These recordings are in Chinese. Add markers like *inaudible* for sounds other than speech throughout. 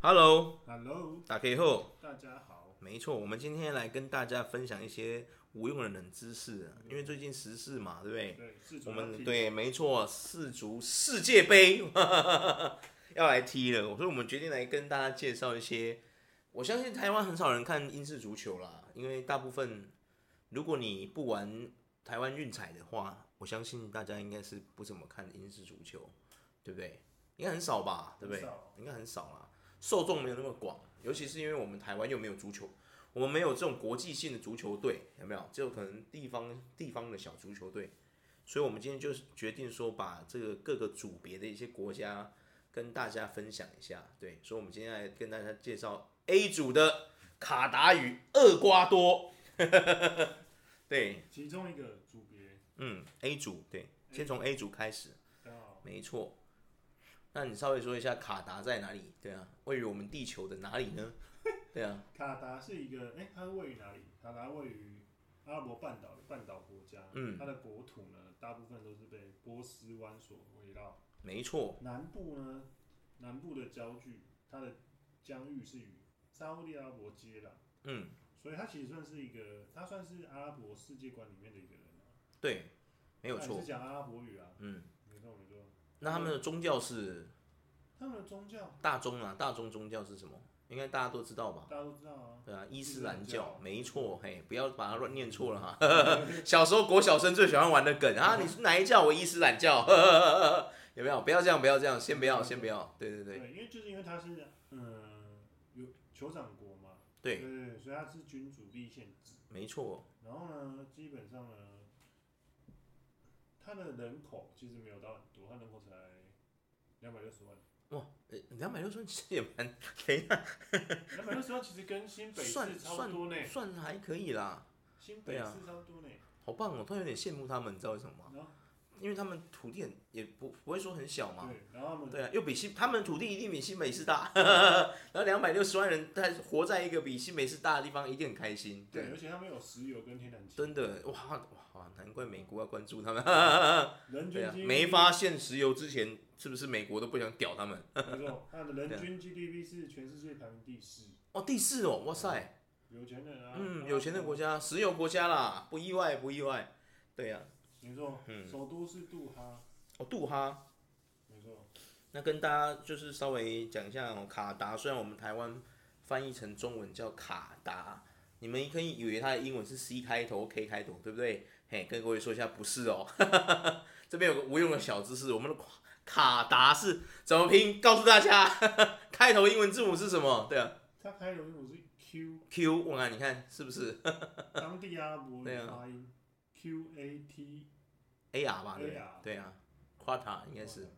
Hello， Hello，打开后，大家好。没错，我们今天来跟大家分享一些无用的冷知识啊，因为最近时事嘛，对不对？对，是啊我主要们听对，没错，世足世界杯 *laughs* 要来踢了，所以我们决定来跟大家介绍一些。我相信台湾很少人看英式足球啦，因为大部分如果你不玩台湾运彩的话，我相信大家应该是不怎么看英式足球，对不对？应该很少吧，对不对很少？应该很少啦，受众没有那么广，尤其是因为我们台湾又没有足球，我们没有这种国际性的足球队，有没有？只有可能地方地方的小足球队。所以我们今天就是决定说，把这个各个组别的一些国家跟大家分享一下。对，所以我们今天来跟大家介绍 A 组的卡达与厄瓜多。 *laughs* 对，其中一个组别。嗯，A 组对，先嗯从 A 组开始，大家好，没错。那你稍微说一下卡达在哪里？对啊，位于我们地球的哪里呢？ *laughs* 对啊，卡达是一个，哎、它位于哪里？卡达位于阿拉伯半岛的半岛国家。嗯它的国土呢，大部分都是被波斯湾所围绕。没错，南部呢，南部的交距，它的疆域是与沙烏地阿拉伯接壤，嗯，所以它其实算是一个，它算是阿拉伯世界观里面的一个人啊、对，没有那你错是，讲阿拉伯语啊，嗯。没错没错。那他们的宗教是他们的宗教大中啊，大中宗教是什么？应该大家都知道吧？大家都知道啊，对啊，伊伊斯斯兰兰教教，没错，嘿，不要把它乱念错了哈。 *laughs* 小时候国小生最喜欢玩的梗啊，你是哪一教？我伊斯兰教， *laughs* 有没有？不要这样，不要这样，先不要，先不要。对对对对，因为就是因为它是嗯有酋长国嘛，对，对对，所以它是君主立宪制。没错，然后呢，基本上呢，它的人口其实没有到很多，它人口才两百六十万，两百六十其实也蛮，啊等一下两百六十万其实跟新北算市差不多呢，算啊还可以啦，新北市差不多呢。好棒哦！突然有点羡慕他们，你知道为什么吗？然后因为他们土地很也不不会说很小嘛，对，然后他们对啊，又比新他们土地一定比新北市大， *laughs* 然后两百六十万人，他活在一个比新北市大的地方，一定很开心。对对，，而且他们有石油跟天然气，真的哇哇，难怪美国要关注他们。人对均啊， GDP 没发现石油之前，是不是美国都不想屌他们？没错，它的人啊均 GDP 是全世界排名第四，哦，第四哦，哇塞，有钱人啊，嗯，有钱的国家，家，石油国家啦，不意外，不意外。对呀、没错，嗯首都是杜哈，哦，杜哈，没错。那跟大家就是稍微讲一下哦，卡达虽然我们台湾翻译成中文叫卡达，你们可以以为它的英文是 C 开头 K 开头，对不对？嘿，跟各位说一下，不是哦。 *laughs* 这边有个无用的小知识，我们的卡卡达是怎么拼？告诉大家， *laughs* 开头英文字母是什么？对啊它开头我是 Q， ，Q，我看你看是不是当地阿拉伯对语啊发音 Q A T， AR 吧？对 AR 对啊，夸塔应该是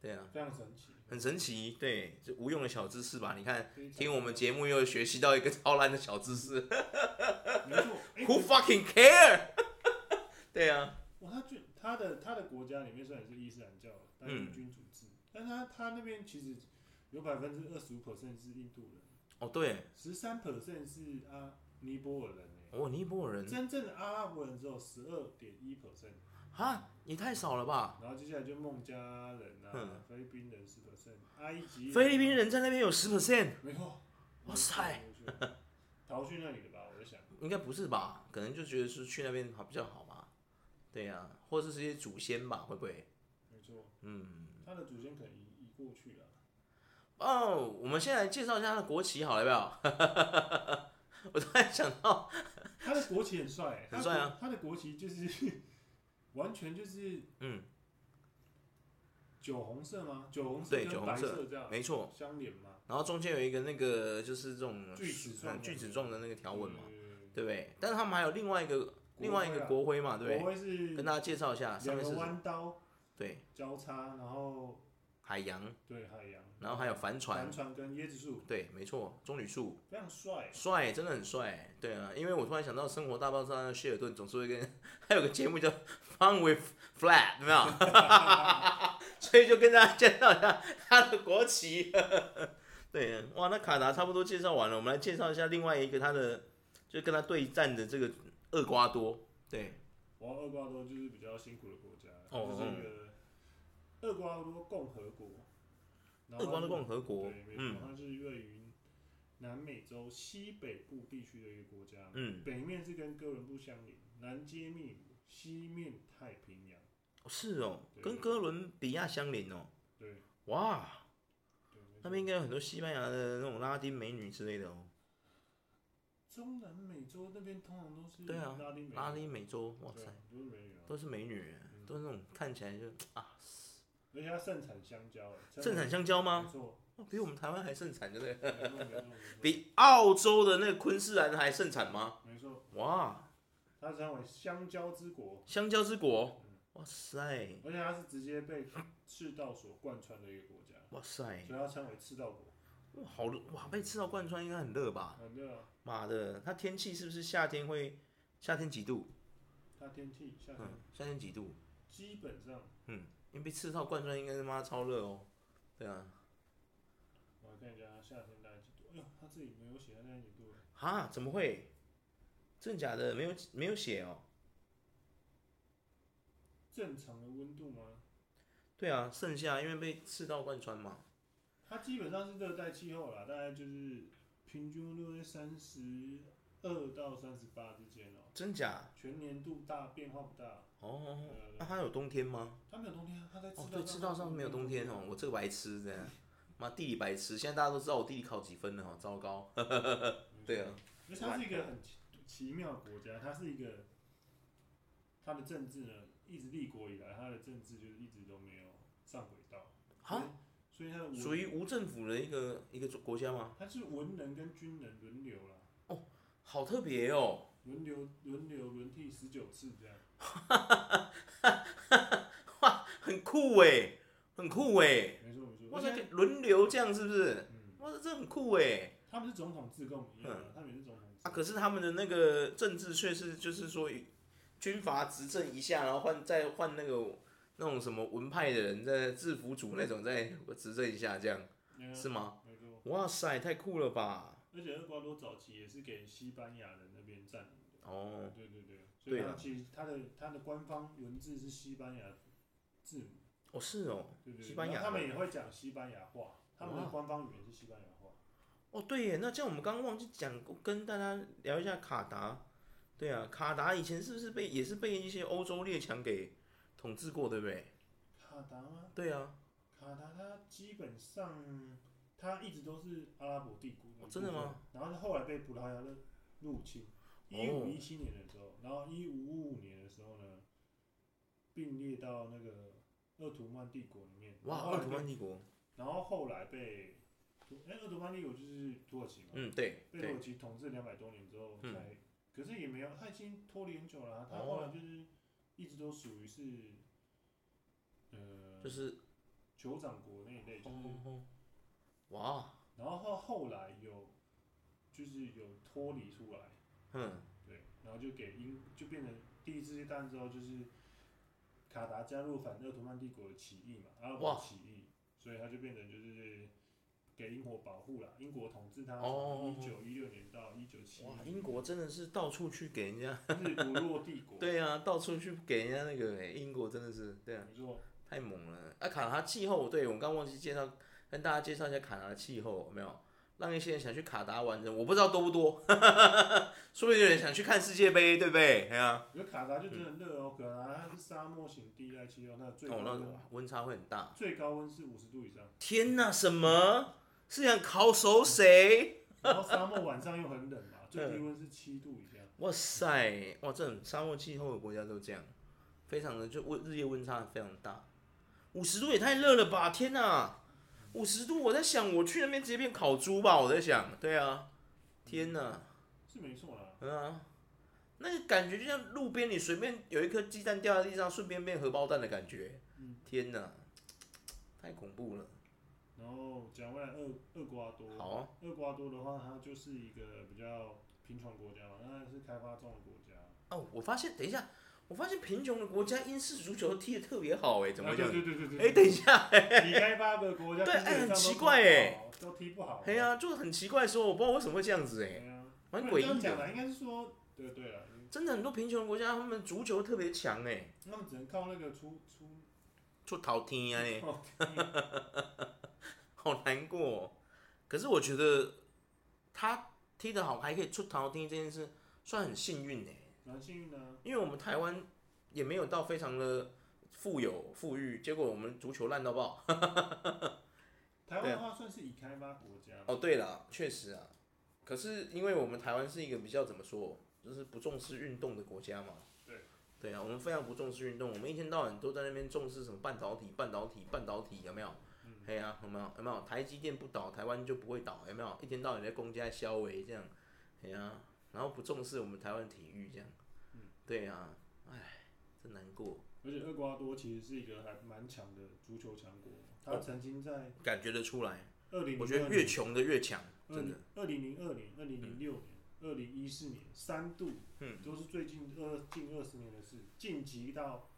对啊，非常神奇。很神奇，对，这无用的小知识吧？你看，非常听我们节目又学习到一个超烂的小知识。没错，哎 Who fucking care？对啊，哇，他就他的他的国家里面虽然是伊斯兰教，但嗯是君主制，但他他那边其实有百分之二十五 percent 是印度人，哦对，十三 percent 是阿尼泊尔人欸哦尼泊尔人真正的阿拉伯人只有十二点一 percent，啊，也太少了吧？然后接下来就孟加人嗯啊，菲律宾人十 percent，埃及菲律宾人在那边有十 percent，没错，哇塞没错，没错逃去那里了吧？我在想。应该不是吧？可能就觉得是去那边好比较好嘛。对呀、啊，或者是些祖先吧，会不会？没错，嗯，他的祖先可能移移过去了。哦，我们先来介绍一下他的国旗好了，要不要？ *laughs* 我突然想到，他的国旗很帅、欸， *laughs* 很帅啊他的国！他的国旗就是 *laughs* 完全就是嗯，酒红色吗？酒红色对，跟酒红白色这，样没错。相连吗？然后中间有一个那个就是这种嗯锯齿状的嗯锯齿状的那个条纹嘛，对？对对对不对？但是他们还有另外一个另外一个国徽嘛，对不对对国？徽是跟大家介绍一下，上两面是什个么弯刀对交叉，然后海洋，对海洋，然后还有帆船帆，船跟椰子树，对，没错，棕榈树，非常帅。帅，真的很帅，对啊，因为我突然想到《生活大爆炸》的谢尔顿总是会跟， *laughs* 还有个节目叫《Fun with Flat》，有没有？ *laughs* 所以就跟大家介绍一下他的国旗。 *laughs* 对，哇，那卡达差不多介绍完了，我们来介绍一下另外一个他的，就跟他对战的这个厄瓜多，对，然后厄瓜多就是比较辛苦的国家，哦就是一个厄瓜多共和国。然后厄瓜多共和它是国对，没，嗯错，它是位于南美洲西北部地区的一个国家，嗯，北面是跟哥伦布相邻，南接秘鲁，西面太平洋。哦是哦，对跟哥伦比亚相邻哦，对，哇，对，没错那边应该有很多西班牙的那种拉丁美女之类的哦。中南美洲那边通常都是对啊拉丁美拉女丁美洲，哇嗯对塞啊，都是美女啊，都是美女，嗯都是那种看起来就啊，而且它盛产香蕉，哎盛产香蕉没吗？错，哦比我们台湾还盛产，对不对？没错，没错，没错比澳洲的那个昆士兰还盛产吗？没错，哇，它称为香蕉之国，香蕉之国，嗯哇塞，而且它是直接被赤道所贯穿的一个国家，哇塞，所以它称为赤道国。哇好热哇，被赤道贯穿应该很热吧？很热啊，妈的，它天气是不是夏天会夏天几度？它天气夏天嗯，夏天几度？基本上，嗯，因为被赤道贯穿，应该他妈超热哦。对啊，我来看一下它夏天大概几度。哎呦，它这里没有写它现在几度啊了，哈，怎么会？真假的没有没有写哦。正常的温度吗？对啊，盛夏因为被赤道贯穿嘛。它基本上是热带气候啦，大概就是平均温度在三十二到三十八之间哦、真假？全年度大变化不大。对哦，啊对那、啊它有冬天吗？它没有冬天啊，它在赤道哦上、，对，赤道上没有冬天哦。我这个白痴这样，妈地理白痴。现在大家都知道我地理考几分了哦，糟糕。 *laughs* 对啊，因为它是一个很奇奇妙的国家，它是一个，它的政治呢，一直立国以来，它的政治就是一直都没有上轨道，哈，所以它的文属于无政府的一个一个国家吗？它是文人跟军人轮流啦，好特别哦。轮流轮流轮替十九次这样，很酷哎，很酷哎！没错没错。哇而塞且，轮流这样是不是？嗯，哇塞，这很酷哎！他们是总统自贡一样啊，他们也是总统自啊，贡。可是他们的那个政治却是就是说，军阀执政一下，然后换再换那个那种什么文派的人在制服组那种在执政一下，这样对啊是吗？没错，哇塞，太酷了吧！而且厄瓜多早期也是给西班牙人那边占领的。哦，对对对，所以对它啊其实它的它的官方文字是西班牙字母。哦是哦，对对对，西班牙然后他们也会讲西班牙话，他们的官方语言是西班牙话。哦对耶，那这样我们刚刚忘记讲，跟大家聊一下卡达。对啊，卡达以前是不是被也是被一些欧洲列强给统治过，对不对？卡达吗？对啊，卡达它基本上它一直都是阿拉伯帝国的一部分、哦真的吗哦然后是后来被葡萄牙的入侵，一五一七年的时候，然后一五五年的时候呢，并列到那个鄂图曼帝国里面。哇，然奥后后来图被曼帝国，然后后来被土，哎、鄂图曼帝国就是土耳其嘛，嗯，对被土对耳其统治两百多年之后才，嗯可是也没有，他已经脱离很久了啊、他哦后来就是一直都属于是，呃，就是酋长国那一类，就是，哦，哇，然后后后来有就是有脱离出来，嗯，对，然后就给英就变成第一次世界大战之后就是卡达加入反鄂图曼帝国的起义嘛，阿拉伯哇起义，所以他就变成就是。给英国保护了，英国统治他哦从一九一六年到一九七一哇，，英国真的是到处去给人家， *laughs* 日不落帝国。对啊，到处去给人家那个、欸，英国真的是，对啊，没错，太猛了。啊，卡达气候，对我们刚忘记介绍，跟大家介绍一下卡达的气候，有没有？让一些人想去卡达玩的，我不知道多不多， *laughs* 说不定有人想去看世界杯，对不对？哎呀、可是卡达就真的很热哦，可能它是沙漠型地带气候，那最高哦，那温、个温差会很大。最高温是五十度以上，天哪，什么？是想烤熟谁？然后沙漠晚上又很冷 *laughs* 嘛，最低温是七度以下。哇塞，哇，这种沙漠气候的国家都这样，非常的就温日夜温差非常大，五十度也太热了吧！天哪，五十度，我在想我去那边直接变烤猪吧，我在想，对啊，天哪，是没错啦，嗯啊，那个感觉就像路边你随便有一颗鸡蛋掉在地上，顺便变荷包蛋的感觉，嗯，天哪，太恐怖了。然后讲回来厄厄瓜多，好啊，厄瓜多的话，它就是一个比较贫穷国家嘛，那是开发中的国家，哦，我发现，等一下，我发现贫穷的国家英式足球踢得特别好、哎，怎么啊会这对样？对对对对，哎、等一下。你开发的国家对基本哎上很都奇踢怪不哎好，都踢不好，啊哎呀、就是很奇怪的时候，我不知道为什么会这样子哎、对啊，蛮不诡能这样异讲的。啦，应该是说，对对了，真的很多贫穷的国家，他们足球特别强哎、他们只能靠那个出出出头天啊 *laughs* 嘞，哦，好难过哦、可是我觉得他踢得好还可以出头踢这件事，算很幸运呢、蛮幸运的啊。因为我们台湾也没有到非常的富有富裕，结果我们足球烂到爆。台湾对的啊话算是已开发国家，哦，对了，确实啊。可是因为我们台湾是一个比较怎么说，就是不重视运动的国家嘛。对。对啊，我们非常不重视运动，我们一天到晚都在那边重视什么半导体、半导体、半导体，有没有？嗯，哎呀、有没有？有没有？台积电不倒，台湾就不会倒，有没有？一天到晚在公家消维这样，哎呀、然后不重视我们台湾体育这样，嗯对呀、啊，哎，真难过，而且厄瓜多其实是一个还蛮强的足球强国，他曾经在感觉得出来，二零呃我觉得越穷的越强，真的，二零零二年、二零零六年、二零一四年三度，嗯，都是最近二近二十年的事，晋级到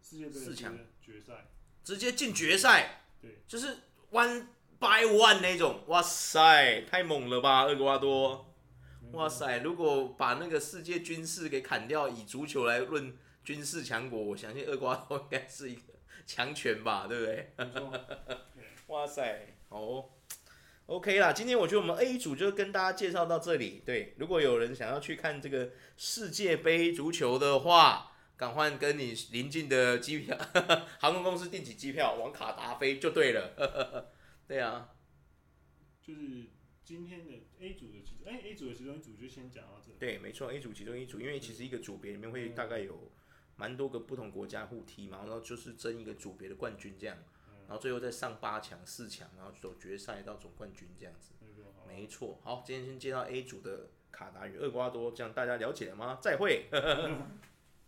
世界杯的四强决决赛，直接进决赛，对，就是 one by one 那种，哇塞，太猛了吧，厄瓜多，没错哇，塞，如果把那个世界军事给砍掉，以足球来论军事强国，我相信厄瓜多应该是一个强权吧，对不对？没 *laughs* 错，对哇塞，好、哦、，OK 啦。今天我觉得我们 A 组就跟大家介绍到这里。对，如果有人想要去看这个世界杯足球的话，赶快跟你邻近的机票 *laughs* 航空公司订起机票，往卡达飞就对了。 *laughs* 对啊，就是今天的 A 组的其中，哎、a 组的其中一组就先讲到这，对，没错，A 组其中一组，因为其实一个组别里面会大概有蛮多个不同国家互踢嘛，然后就是争一个组别的冠军这样，然后最后再上八强、四强，然后走决赛到总冠军这样子。那就好了，没错，好，今天先介绍 A 组的卡达与厄瓜多，这样大家了解了吗？再会。